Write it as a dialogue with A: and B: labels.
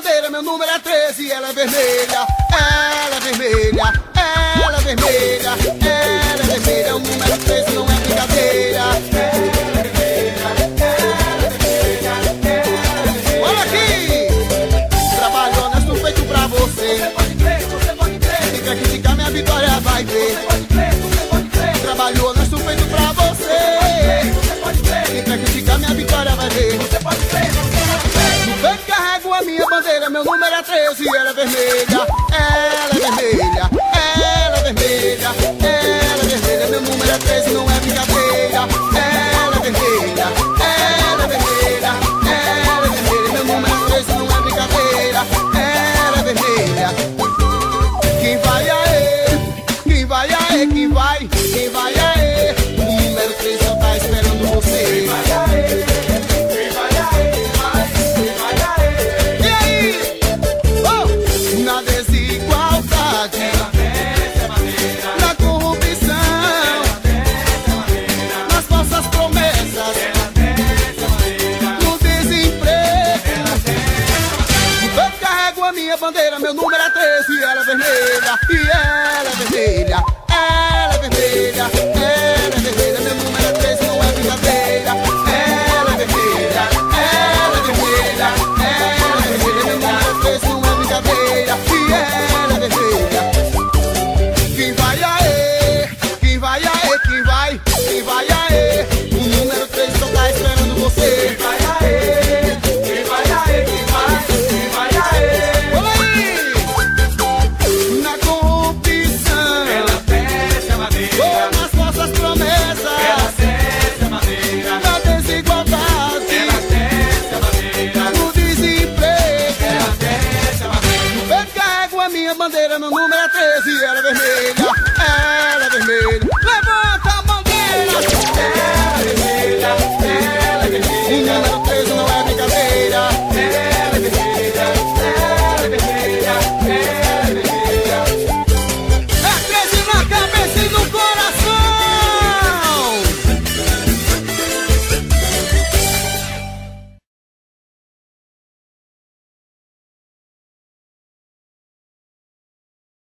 A: É meu número é 13, ela é vermelha, ela é vermelha, ela é vermelha, ela é vermelha, o número 13 não é brincadeira. Olha aqui! Trabalho honesto feito pra você. Se quer criticar minha vitória, vai ver. Trabalho honesto feito pra você. Se quer criticar minha vitória, vai ver. No peito carrego a minha bandeira, meu número é 13 e ela é vermelha, ela é vermelha, ela é vermelha, ela é vermelha, meu número é 13, não é brincadeira, ela é vermelha, ela é vermelha, ela é vermelha, meu número é 13, não é brincadeira, ela é vermelha. Quem vai aê, quem vai aê, quem vai, quem vai aê, o número 13 só tá esperando você. E aí? Oh! Na desigualdade, É na corrupção, É nas falsas promessas, É no desemprego. É Eu carrego a minha bandeira, meu número é 13 e ela é vermelha, e ela é vermelha, ela é vermelha, ela é vermelha, meu número é 13, não é brincadeira, ela é vermelha, ela é vermelha, ela é vermelha, meu número é 13, não é brincadeira, e ela é vermelha. Quem vai aê, quem vai aê, quem vai, quem vai aê, o número 13 só tá esperando você. Quem vai aê, quem vai aê, quem vai, quem vai aê. Olha aí! Na corrupção, ela desce a madeira, nas falsas promessas, ela desce a madeira, na desigualdade, ela desce a madeira, no desemprego, ela desce a madeira. Eu carrego a minha bandeira, meu número é 13, ela é vermelha, é É